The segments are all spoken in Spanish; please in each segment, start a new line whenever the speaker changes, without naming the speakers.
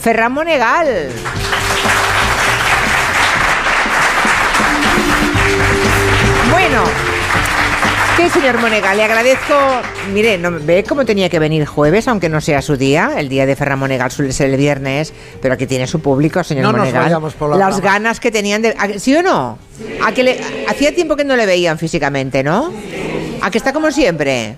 Ferran Monegal. Bueno, sí, señor Monegal, le agradezco. Mire, ¿no ve cómo tenía que venir jueves, aunque no sea su día? El día de Ferran Monegal suele ser el viernes, pero aquí tiene su público, señor
No nos
Monegal.
vayamos por la
Las
rama.
ganas que tenían de. ¿a- ¿Sí o no? A que le- Hacía tiempo que no le veían físicamente, ¿no? A que está como siempre.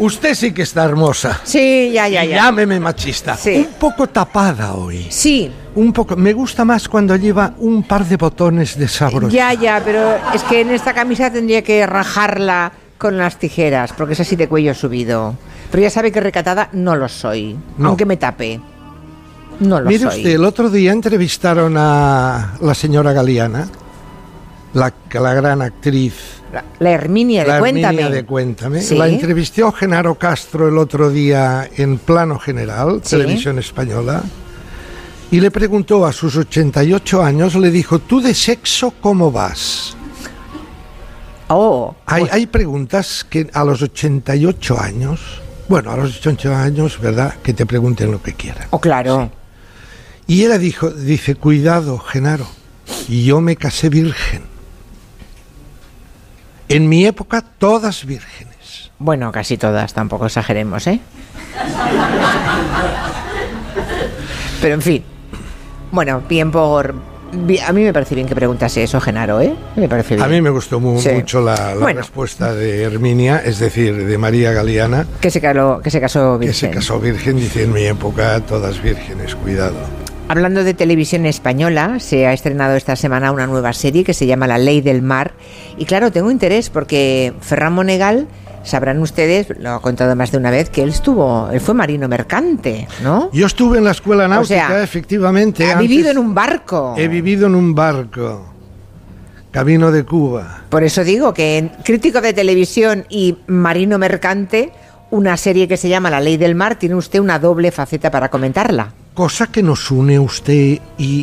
Usted sí que está hermosa.
Sí, ya, ya,
Y
ya.
Llámeme machista.
Sí.
Un poco tapada hoy.
Sí,
Un poco. Me gusta más cuando lleva un par de botones de sabor.
ya, ya, pero es que en esta camisa tendría que rajarla con las tijeras, porque es así de cuello subido. Pero ya sabe que recatada no lo soy,
No.
aunque me tape. No lo
Mire
soy.
usted, el otro día entrevistaron a la señora Galeana, la, la gran actriz.
La, la Herminia de
la
Cuéntame.
Herminia de Cuéntame.
Sí.
La entrevistó Genaro Castro el otro día en Plano General,
Sí.
Televisión Española, y le preguntó a sus 88 años, le dijo, ¿tú de sexo cómo vas?
Oh,
Hay, hay preguntas que a los 88 años, bueno, a los 88 años, ¿verdad? Que te pregunten lo que quieran.
oh, claro.
Y ella dijo, dice, cuidado, Genaro, yo me casé virgen. En mi época, todas vírgenes.
Bueno, casi todas, tampoco exageremos, ¿eh? Pero en fin. Bueno, bien por. bi- A mí me parece bien que preguntase eso, Genaro, ¿eh? Me parece bien.
A mí me gustó mu-
Sí.
mucho la, la
Bueno.
respuesta de Herminia, es decir, de María Galeana,
Que se, caló- que se casó
que se
Vicente.
casó virgen, dice en mi época todas vírgenes, cuidado.
Hablando de televisión española, se ha estrenado esta semana una nueva serie que se llama La Ley del Mar. Y claro, tengo interés porque Ferran Monegal, sabrán ustedes, lo ha contado más de una vez, que él estuvo, él fue marino mercante, ¿no?
Yo estuve en la escuela náutica,
sea,
efectivamente.
ha
antes
vivido en un barco.
He vivido en un barco, camino de Cuba.
Por eso digo que en crítico de televisión y marino mercante, una serie que se llama La Ley del Mar, tiene usted una doble faceta para comentarla.
Cosa que nos une usted y,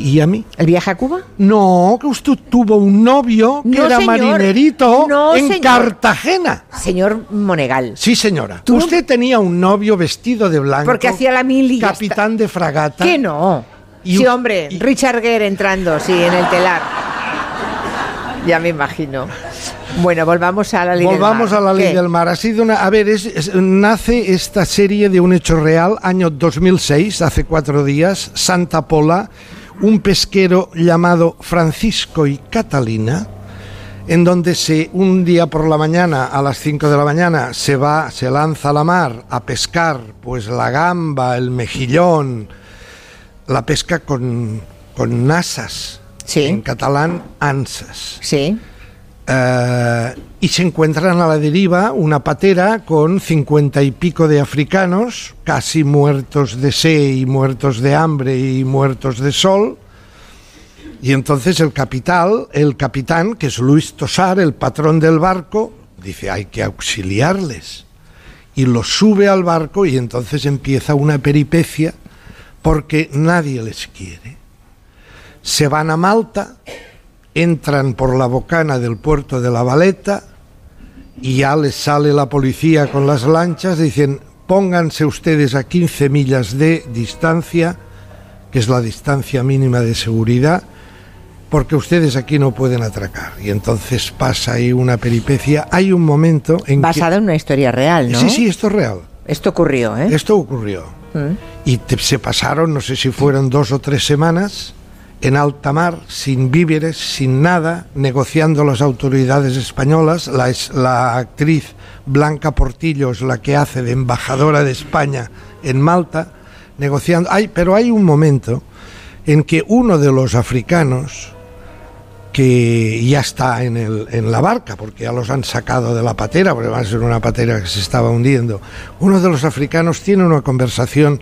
y a mí.
¿El viaje a Cuba?
No, que usted tuvo un novio que
No,
era
señor.
marinerito
No,
en
señor.
Cartagena.
Señor Monegal.
Sí, señora.
Tú-
Usted tenía un novio vestido de blanco.
Porque hacía la mili y ya
Capitán de fragata.
¿Qué no?
Y
sí,
u-
hombre,
y-
Richard Gere entrando, sí, en el telar. Ya me imagino. Bueno, volvamos a la ley
Volvamos
del
a
mar.
la ley
¿Qué?
del mar. Ha sido una, a ver, es- es- nace esta serie de un hecho real, año 2006, hace cuatro días, Santa Pola, un pesquero llamado Francisco y Catalina, en donde se un día por la mañana, a las 5 de la mañana, se va, se lanza a la mar a pescar, pues la gamba, el mejillón, la pesca con, con nasas,
Sí.
en catalán ansas.
Sí,
Eh, y se encuentran a la deriva una patera con cincuenta y pico de africanos, casi muertos de sed y muertos de hambre y muertos de sol. Y entonces el capital, el capitán, que es Luis Tosar, el patrón del barco, dice hay que auxiliarles. Y los sube al barco y entonces empieza una peripecia porque nadie les quiere. Se van a Malta, entran por la bocana del puerto de la Valeta y ya les sale la policía con las lanchas, dicen pónganse ustedes a 15 millas de distancia, que es la distancia mínima de seguridad, porque ustedes aquí no pueden atracar. Y entonces pasa ahí una peripecia. Hay un momento en
basada en una historia real,
que...
¿no?
Sí, sí, esto es real.
Esto ocurrió, ¿eh?
Esto ocurrió.
Mm.
Y te- se pasaron, no sé si fueron dos o tres semanas, en alta mar, sin víveres, sin nada, negociando las autoridades españolas. La, es- la actriz Blanca Portillo es la que hace de embajadora de España en Malta, negociando. Hay, pero hay un momento en que uno de los africanos que ya está en, el- en la barca, porque ya los han sacado de la patera, porque va a ser una patera que se estaba hundiendo. Uno de los africanos tiene una conversación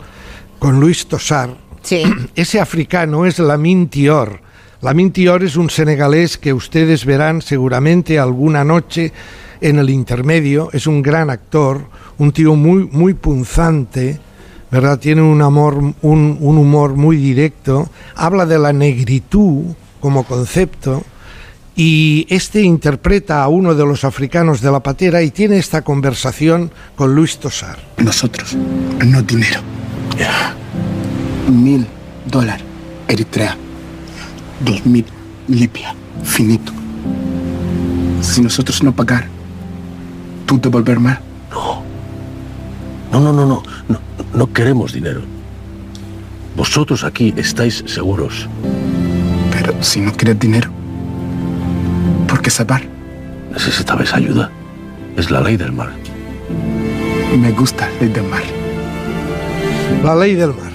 con Luis Tosar.
Sí.
Ese africano es Lamin Tior. Lamin Tior es un senegalés que ustedes verán seguramente alguna noche en el intermedio. Es un gran actor, un tío muy, muy punzante. ¿Verdad? Tiene un, amor, un, un humor muy directo, habla de la negritud como concepto, y este interpreta a uno de los africanos de la patera y tiene esta conversación con Luis Tosar.
Nosotros, no dinero. mil dólares Eritrea, dos mil Libia, finito. Si nosotros no pagar, tú devolver más.
No, no, no, no, no, no queremos dinero. Vosotros aquí estáis seguros.
Pero si no quieres dinero, ¿por qué salvar?
Necesitabais ayuda. Es la ley del mar.
Me gusta el del mar.
La ley del mar.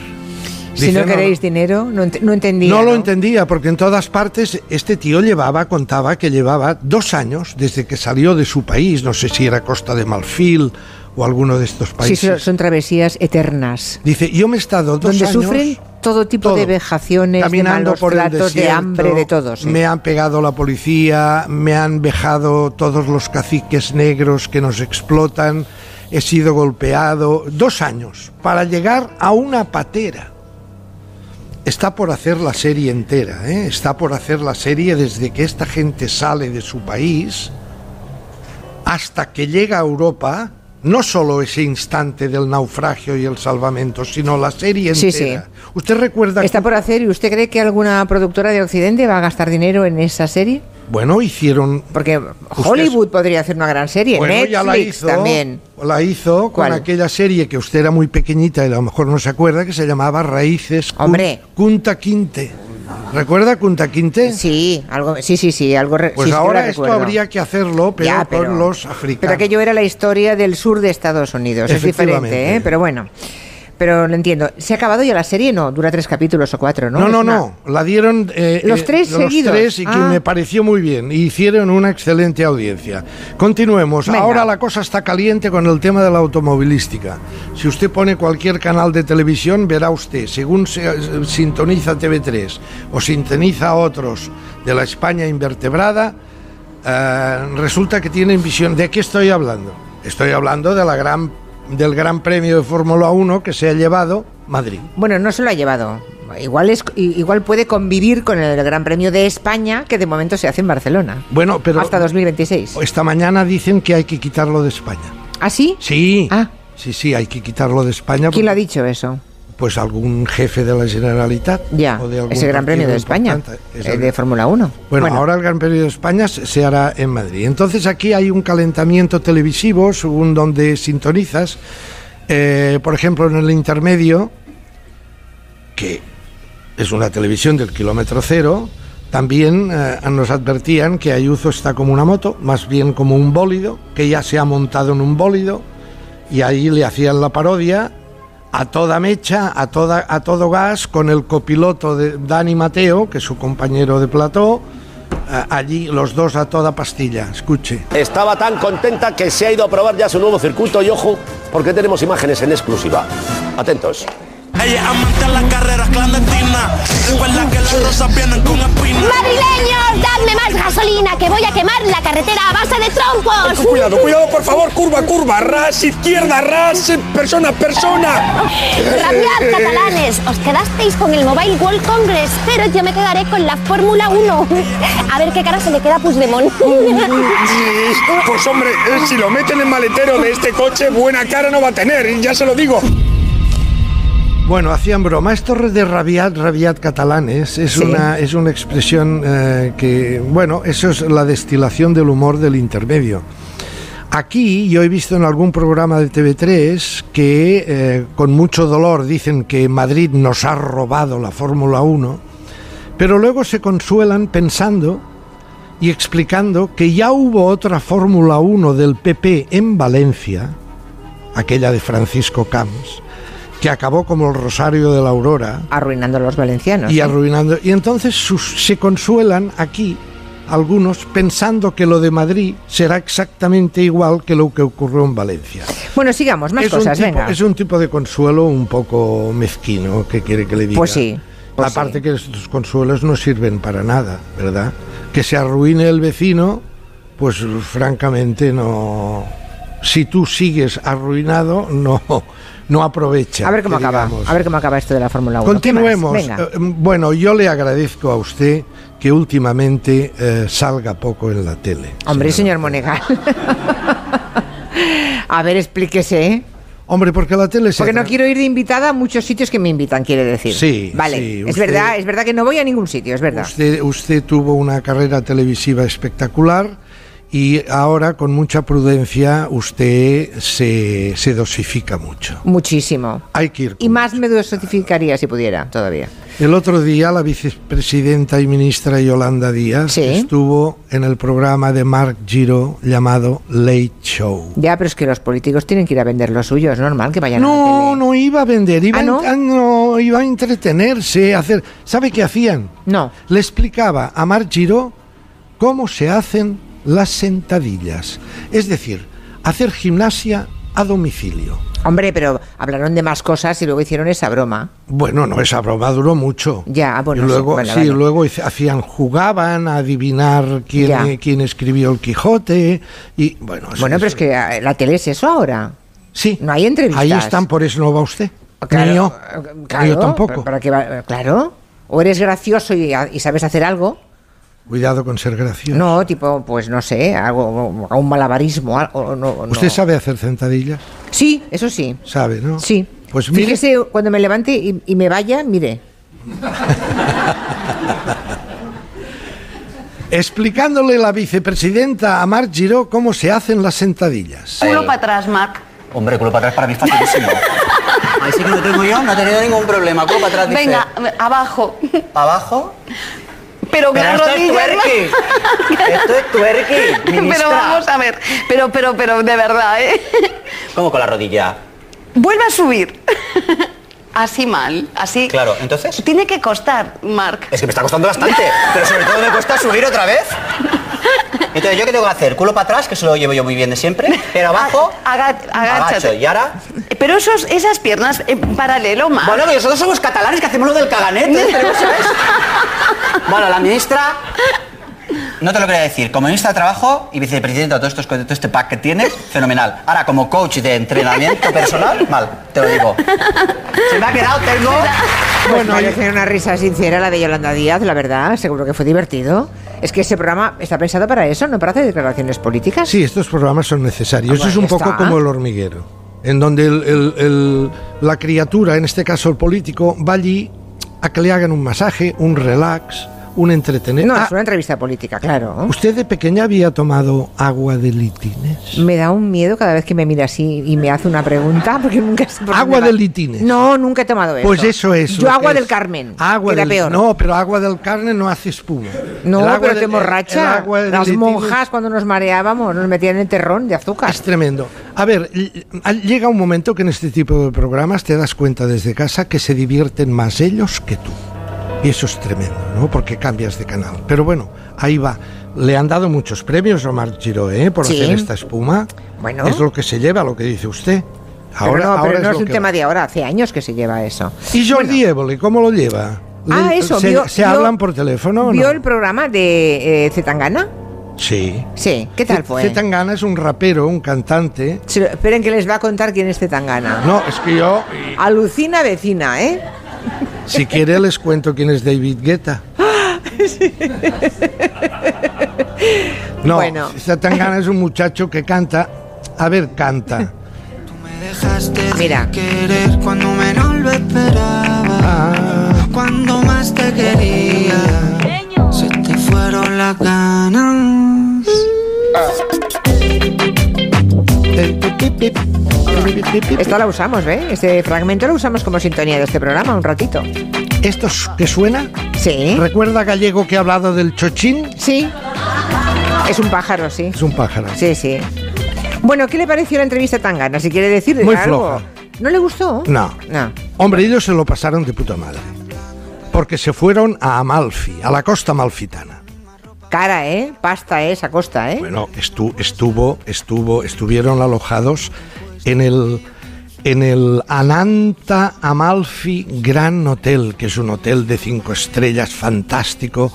Si
Dice,
no queréis dinero, no, ent- no entendía.
No lo
¿no?
entendía, porque en todas partes este tío llevaba, contaba que llevaba dos años desde que salió de su país, no sé si era Costa de Marfil o alguno de estos
Sí,
países.
son, son travesías eternas.
Dice, yo me he estado dos
Donde
años
sufren todo tipo de
todo.
vejaciones, de
caminando
malos
por el
tratos, de
desierto,
hambre, de todo. sí.
Me han pegado la policía, me han vejado todos los caciques negros que nos explotan, he sido golpeado. Dos años para llegar a una patera. Está por hacer la serie entera, ¿eh? está por hacer la serie desde que esta gente sale de su país hasta que llega a Europa, no solo ese instante del naufragio y el salvamento, sino la serie
Sí,
entera. ¿Usted recuerda
Está por hacer, ¿y usted cree que alguna productora de Occidente va a gastar dinero en esa serie?
Bueno, hicieron.
Porque Hollywood podría hacer una gran serie,
Pues Bueno,
Netflix
ya la hizo.
también.
La hizo
¿Cuál?
con aquella serie que usted era muy pequeñita y a lo mejor no se acuerda, que se llamaba Raíces. Kun-
Hombre.
Kunta Quinte. ¿Recuerda Kunta Quinte?
Sí, algo, sí, sí, sí, algo. re-
Pues
sí, sí que lo
ahora esto
recuerdo.
habría que hacerlo, pero,
Ya, pero-
con los africanos.
Pero aquello era la historia del sur de Estados Unidos, es diferente,
Efectivamente.
¿eh? pero bueno. Pero lo entiendo. ¿Se ha acabado ya la serie? No, dura tres capítulos o cuatro, ¿no?
No,
Es
no,
una-
no. La dieron eh,
Los
eh,
tres seguidos.
tres y que
Ah.
me pareció muy bien. Hicieron una excelente audiencia. Continuemos.
Venga.
Ahora la cosa está caliente con el tema de la automovilística. Si usted pone cualquier canal de televisión, verá usted, según se- eh, sintoniza TV3 o sintoniza otros de la España invertebrada, eh, resulta que tienen visión. ¿De qué estoy hablando? Estoy hablando de la gran, del Gran Premio de Fórmula 1 que se ha llevado Madrid.
Bueno, no se lo ha llevado. Igual, es, i- igual puede convivir con el Gran Premio de España, que de momento se hace en Barcelona.
Bueno, pero
hasta 2026.
Esta mañana dicen que hay que quitarlo de España.
¿Ah, sí?
Sí.
Ah.
Sí, sí, hay que quitarlo de España.
¿Quién lo ha
porque,
dicho eso?
Pues algún jefe de la Generalitat.
Ya,
o de algún
ese Gran Premio
partido
de España,
importante. Es
eh,
el-
de Fórmula 1.
bueno, ahora el Gran Premio de España se se hará en Madrid. Entonces aquí hay un calentamiento televisivo según donde sintonizas. Eh, por ejemplo, en el intermedio, que es una televisión del kilómetro cero, también eh, nos advertían que Ayuso está como una moto, más bien como un bólido, que ya se ha montado en un bólido, y ahí le hacían la parodia a toda mecha, a, toda, a todo gas, con el copiloto de Dani Mateo, que es su compañero de plató, eh, allí los dos a toda pastilla, escuche.
Estaba tan contenta que se ha ido a probar ya su nuevo circuito y ojo, porque tenemos imágenes en exclusiva. Atentos.
Ella es amante de las carreras clandestinas. Recuerda que las rosas vienen con espinas.
Madrileños, dadme más gasolina que voy a quemar la carretera a base de trompos.
Cuidado, cuidado, por favor, curva, curva, ras, izquierda, ras, persona, persona.
Rabiad, catalanes, os quedasteis con el Mobile World Congress, pero yo me quedaré con la Fórmula 1. A ver qué cara se le queda a Puigdemont.
Mm. Pues hombre, eh, si lo meten en el maletero de este coche, buena cara no va a tener, ya se lo digo.
Bueno, hacían broma. Esto de rabiat, rabiat catalanes es,
Sí.
una, es una expresión eh, que, bueno, eso es la destilación del humor del intermedio. Aquí yo he visto en algún programa de TV3 que eh, con mucho dolor dicen que Madrid nos ha robado la Fórmula 1, pero luego se consuelan pensando y explicando que ya hubo otra Fórmula 1 del PP en Valencia, aquella de Francisco Camps, que acabó como el Rosario de la Aurora
Arruinando a los valencianos.
y
¿eh?
arruinando. Y entonces sus- se consuelan aquí algunos pensando que lo de Madrid será exactamente igual que lo que ocurrió en Valencia.
Bueno, sigamos, más
es,
cosas,
un tipo,
venga.
es un tipo de consuelo un poco mezquino que quiere que le diga.
Pues sí, pues
Aparte
sí.
que estos consuelos no sirven para nada, ¿verdad? Que se arruine el vecino, pues francamente no. Si tú sigues arruinado, no, no aprovecha.
A ver cómo
que
acaba,
digamos.
a ver cómo acaba esto de la Fórmula 1. ¿Qué más?
Continuemos.
Venga.
Eh, Bueno, yo le agradezco a usted que últimamente eh, salga poco en la tele.
Hombre,
señora.
señor Monegal. a ver, explíquese. ¿eh?
Hombre, porque la tele se
Porque no
tra-
quiero ir de invitada a muchos sitios que me invitan, quiere decir.
Sí,
Vale,
sí,
es
usted-
verdad, es verdad que no voy a ningún sitio, es verdad.
Usted, usted tuvo una carrera televisiva espectacular y ahora, con mucha prudencia, usted se, se dosifica mucho.
Muchísimo.
Hay que ir.
Y
con
más me dosificaría si pudiera, todavía.
El otro día la vicepresidenta y ministra Yolanda Díaz
Sí.
estuvo en el programa de Marc Giro llamado Late Show.
Ya, pero es que los políticos tienen que ir a vender lo suyo, es normal que vayan a la
No,
tele.
no iba a vender, iba,
¿Ah,
a
no?
ent- ah, no, iba a entretenerse, a hacer... ¿Sabe qué hacían?
No.
Le explicaba a Marc Giro cómo se hacen las sentadillas. Es decir, hacer gimnasia a domicilio.
Hombre, pero hablaron de más cosas y luego hicieron esa broma.
Bueno, no, esa broma duró mucho.
Ya, ah, bueno,
Y luego,
sí, bueno,
sí,
vale.
luego hice- hacían, jugaban a adivinar quién,
Ya.
eh, quién escribió el Quijote. Y bueno, eso-
Bueno, pero es
eso-
que ah, la tele es eso ahora.
sí,
no hay entrevistas.
Ahí están, por eso no va usted. Ni yo.
eh,
Ni
claro,
yo tampoco.
¿para qué va? Claro. O eres gracioso y, ah, y sabes hacer algo.
Cuidado con ser gracioso.
No, tipo, pues no sé, algo, a un malabarismo. al- o no, o no.
¿Usted sabe hacer sentadillas?
Sí, eso sí.
¿Sabe, no?
Sí.
Pues mire,
Fíjese, cuando me levante y, y me vaya, mire.
explicándole la vicepresidenta a Marc Giró cómo se hacen las sentadillas.
Culo para atrás, Marc.
Hombre, culo para atrás para mí es facilísimo. Ahí sí que no tengo yo, no he tenido ningún problema. Culo para atrás, dice.
Venga, abajo.
Abajo.
Pero con
Pero
las
esto es
rodillas. ¿no?
tuerqui. Esto es tuerqui,
Pero
ministra.
vamos a ver. Pero, pero, pero, de verdad, ¿eh?
¿Cómo con la rodilla?
Vuelve a subir. Así mal, así.
Claro, entonces.
Tiene que costar, Marc.
Es que me está costando bastante, pero sobre todo me cuesta subir otra vez. Entonces, ¿yo qué tengo que hacer? Culo para atrás, que eso lo llevo yo muy bien de siempre, pero abajo,
Aga- agáchate.
agacho. Y ahora...
Pero esos, esas piernas en paralelo, Marc.
Bueno, que nosotros somos catalanes que hacemos lo del caganete. pero eso es. Bueno, la ministra... No te lo quería decir. Como ministra de Trabajo y vicepresidenta de todo, estos, todo este pack que tienes, fenomenal. Ahora, como coach de entrenamiento personal, mal, te lo digo. Se me ha quedado, tengo...
Pues
Bueno, parece una risa sincera la de Yolanda Díaz, la verdad, seguro que fue divertido. Es que ese programa está pensado para eso, no para hacer declaraciones políticas.
Sí, estos programas son necesarios.
Ah,
Eso
bueno,
es un
ya
poco
está.
como el hormiguero, en donde el- el- el- la criatura, en este caso el político, va allí a que le hagan un masaje, un relax, un entretenimiento.
No, es una entrevista política, claro.
¿Usted de pequeña había tomado agua de litines?
Me da un miedo cada vez que me mira así y me hace una pregunta, porque nunca sé por dónde
Agua
va.
de litines.
No, nunca he tomado eso.
Pues eso es.
Yo
lo
agua
que
del
es.
Carmen.
Agua
que era
del-
peor.
No, pero agua del Carmen no hace espuma.
No,
El agua
pero te
de- el
emborracha.
agua de
Las
litines-
monjas cuando nos mareábamos nos metían en el terrón de azúcar.
Es tremendo. A ver, l- al- llega un momento que en este tipo de programas te das cuenta desde casa que se divierten más ellos que tú. Y eso es tremendo, ¿no? Porque cambias de canal. Pero bueno, ahí va. Le han dado muchos premios a Marc Giró, ¿eh? Por
Sí.
hacer esta espuma.
Bueno.
Es lo que se lleva, lo que dice usted.
Pero
Ahora,
no, pero
ahora
no es,
lo
un
que
tema
va.
de ahora, hace años que se lleva eso.
¿Y Jordi Évole, cómo lo lleva?
Ah,
Le-
eso,
¿Se,
vio-
se
vio-
hablan por teléfono o
¿Vio
no?
el programa de eh, Zetangana?
Sí.
Sí, ¿qué tal fue?
C- Zetangana es un rapero, un cantante.
Se lo- esperen que les va a contar quién es Zetangana.
No, es que yo,
Alucina vecina, ¿eh?
si quiere, les cuento quién es David Guetta. No,
Bueno.
Zetangana es un muchacho que canta. A ver, canta.
Mira,
Querer cuando menos lo esperaba,
Ah,
cuando más te quería, se te fueron las ganas.
te- pi- pi- pi- pi- pi- pi- pi-
esta la usamos, ¿eh? Este fragmento lo usamos como sintonía de este programa un ratito.
¿Esto es- que suena?
Sí,
¿Recuerda Gallego que ha hablado del chochín?
sí. Es un pájaro, sí.
Es un pájaro.
Sí, sí. Bueno, ¿qué le pareció la entrevista a Tangana? Si quiere decir
Muy
algo.
floja.
¿No le gustó?
No.
No.
Hombre, ellos se lo pasaron de puta madre. Porque se fueron a Amalfi, a la costa malfitana.
Cara, ¿eh? Pasta, ¿eh? Esa costa, ¿eh?
Bueno, estu- estuvo, estuvo, estuvieron alojados en el en el Ananta Amalfi Gran Hotel, que es un hotel de cinco estrellas fantástico,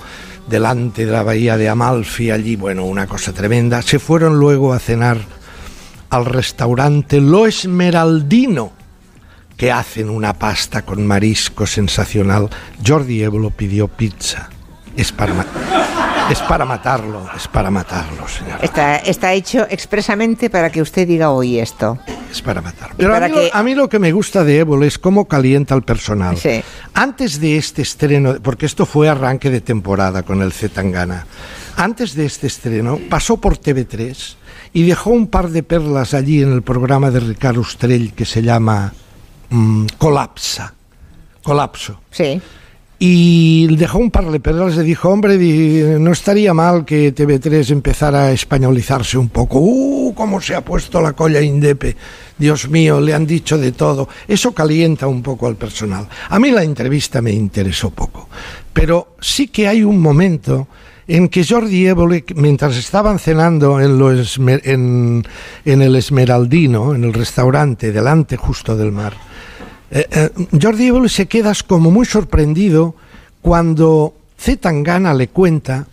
delante de la bahía de Amalfi, allí, bueno, una cosa tremenda. Se fueron luego a cenar al restaurante Lo Esmeraldino, que hacen una pasta con marisco sensacional. Jordi Evolo pidió pizza. Es para, ma- es para
Eh,
matarlo, es para matarlo, señor.
Está, está hecho expresamente para que usted diga hoy esto.
Es para matar. Pero
para
a, mí, lo-
que-
a mí lo que me gusta de Évole es cómo calienta al personal.
Sí.
Antes de este estreno, porque esto fue arranque de temporada con el Z Tangana, antes de este estreno pasó por TV3 y dejó un par de perlas allí en el programa de Ricardo Ustrell que se llama mm, Colapsa. Colapso.
Sí.
Y dejó un par de perlas y dijo, hombre, di- no estaría mal que TV3 empezara a españolizarse un poco. ¡Uh, cómo se ha puesto la colla Indepe! Dios mío, le han dicho de todo. Eso calienta un poco al personal. A mí la entrevista me interesó poco. Pero sí que hay un momento en que Jordi Évole, mientras estaban cenando en, lo Esmer- en- en el Esmeraldino, en el restaurante, delante justo del mar, eh, eh, Jordi Évole se quedas como muy sorprendido cuando C. Tangana le cuenta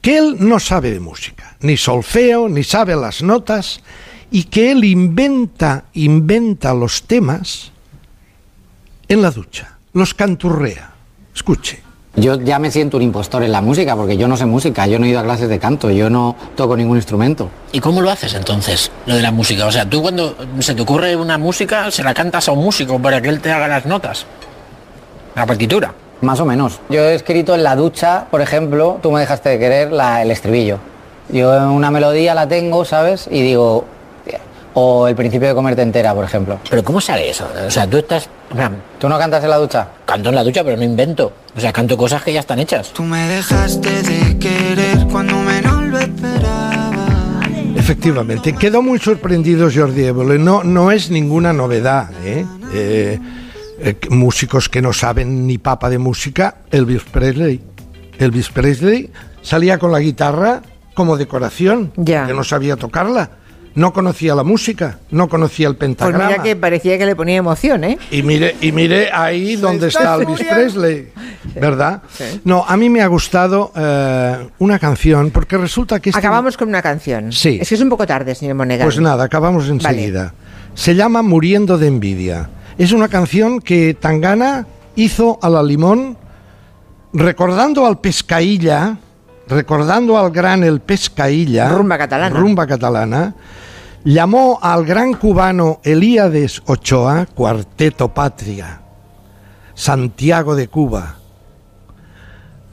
que él no sabe de música, ni solfeo, ni sabe las notas, y que él inventa, inventa los temas en la ducha, los canturrea. Escuche.
Yo ya me siento un impostor en la música porque yo no sé música, yo no he ido a clases de canto, yo no toco ningún instrumento.
¿Y cómo lo haces entonces, lo de la música? O sea, tú cuando se te ocurre una música, se la cantas a un músico para que él te haga las notas. La partitura.
Más o menos. Yo he escrito en la ducha, por ejemplo, tú me dejaste de querer la- el estribillo. Yo una melodía la tengo, ¿sabes? Y digo, o el principio de comerte entera, por ejemplo.
Pero ¿cómo sale eso? O sea, tú estás...
¿Tú no cantas en la ducha?
Canto en la ducha, pero no invento. O sea, canto cosas que ya están hechas.
Tú me dejaste de querer cuando menos lo
Efectivamente, quedó muy sorprendido Jordi Évole. No, no es ninguna novedad. ¿eh? Eh, eh, que- músicos que no saben ni papa de música, Elvis Presley. Elvis Presley salía con la guitarra como decoración, que no sabía tocarla. No conocía la música, no conocía el
Pues
pentagrama.
mira que parecía que le ponía emoción, ¿eh?
Y mire, y mire ahí donde está
está
Elvis
muriendo.
Presley, ¿verdad?
Sí.
No, a mí me ha gustado eh, una canción, porque resulta que... este-
Acabamos con una canción.
Sí.
Es que es un poco tarde, señor Monegal.
Pues nada, acabamos enseguida. Se llama Muriendo de Envidia. Es una canción que Tangana hizo a la limón recordando al Pescailla, recordando al gran el Pescailla.
Rumba catalana.
Rumba catalana. Llamó al gran cubano Elíades Ochoa, Cuarteto Patria, Santiago de Cuba,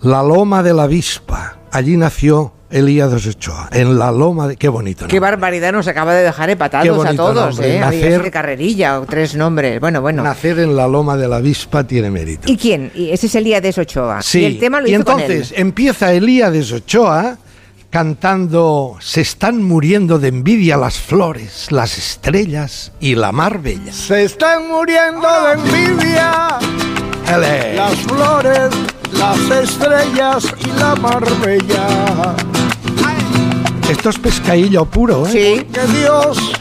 La Loma de la Vispa. Allí nació Elíades Ochoa, en la Loma de... Qué bonito, ¿no?
Qué barbaridad nos acaba de dejar
Qué
empatados a
bonito
todos,
nombre,
¿eh? Había
nacer-
siete carrerilla o tres nombres. Bueno, bueno.
Nacer en la loma de la avispa tiene mérito.
¿Y quién? Y ese es el día de Ochoa.
Sí.
Y el tema lo
Y
hizo con
entonces
él.
empieza Elías Ochoa cantando Se están muriendo de envidia las flores, las estrellas y la mar bella.
Se están muriendo de envidia
Ale.
las flores, las estrellas y la marbella.
Esto es pescadillo puro, ¿eh?
Que Dios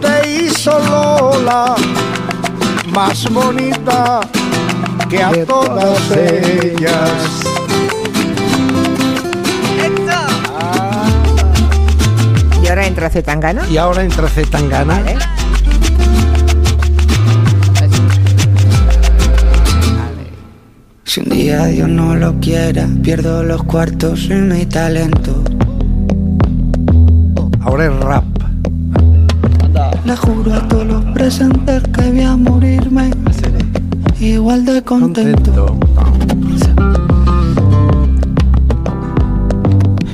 te hizo Lola más bonita que a todas ellas.
Y ahora entra Zetangana.
Y ahora entra Zetangana.
¿eh?
Si un día Dios no lo quiera, pierdo los cuartos en mi talento.
Ahora es rap.
Le juro a todos los presentes que voy a morirme igual de contento.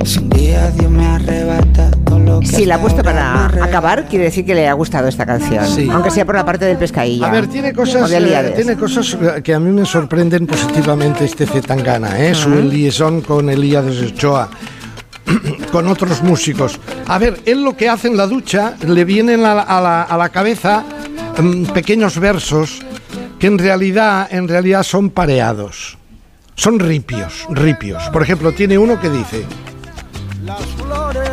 Si un día Dios me arrebata todo lo que
Si la ha
hasta
puesto
ahora
para acabar, quiere decir que le ha gustado esta canción.
Sí.
Aunque sea por la parte del pescadilla.
A ver, tiene
O
cosas,
de
eh,
Elíades.
tiene cosas eh, que a mí me sorprenden positivamente este Zetangana, ¿eh? su liaison con Elías Ochoa, con otros músicos. A ver, él lo que hace en la ducha, le vienen a la, a la- a la cabeza mm, pequeños versos que en realidad, en realidad son pareados. Son ripios, ripios. Por ejemplo, tiene uno que dice,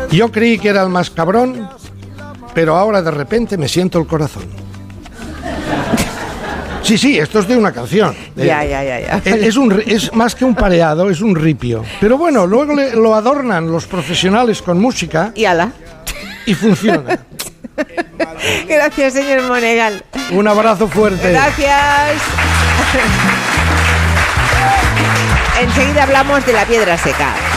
yo creí que era el más cabrón, pero ahora de repente me siento el corazón. Sí, sí, esto es de una canción.
Ya,
Eh,
ya, ya, ya.
Es, es un, ri- es más que un pareado, es un ripio. Pero bueno, luego le- lo adornan los profesionales con música.
Y ala.
Y funciona.
Gracias, señor Monegal.
Un abrazo fuerte.
Gracias. Enseguida hablamos de la piedra seca.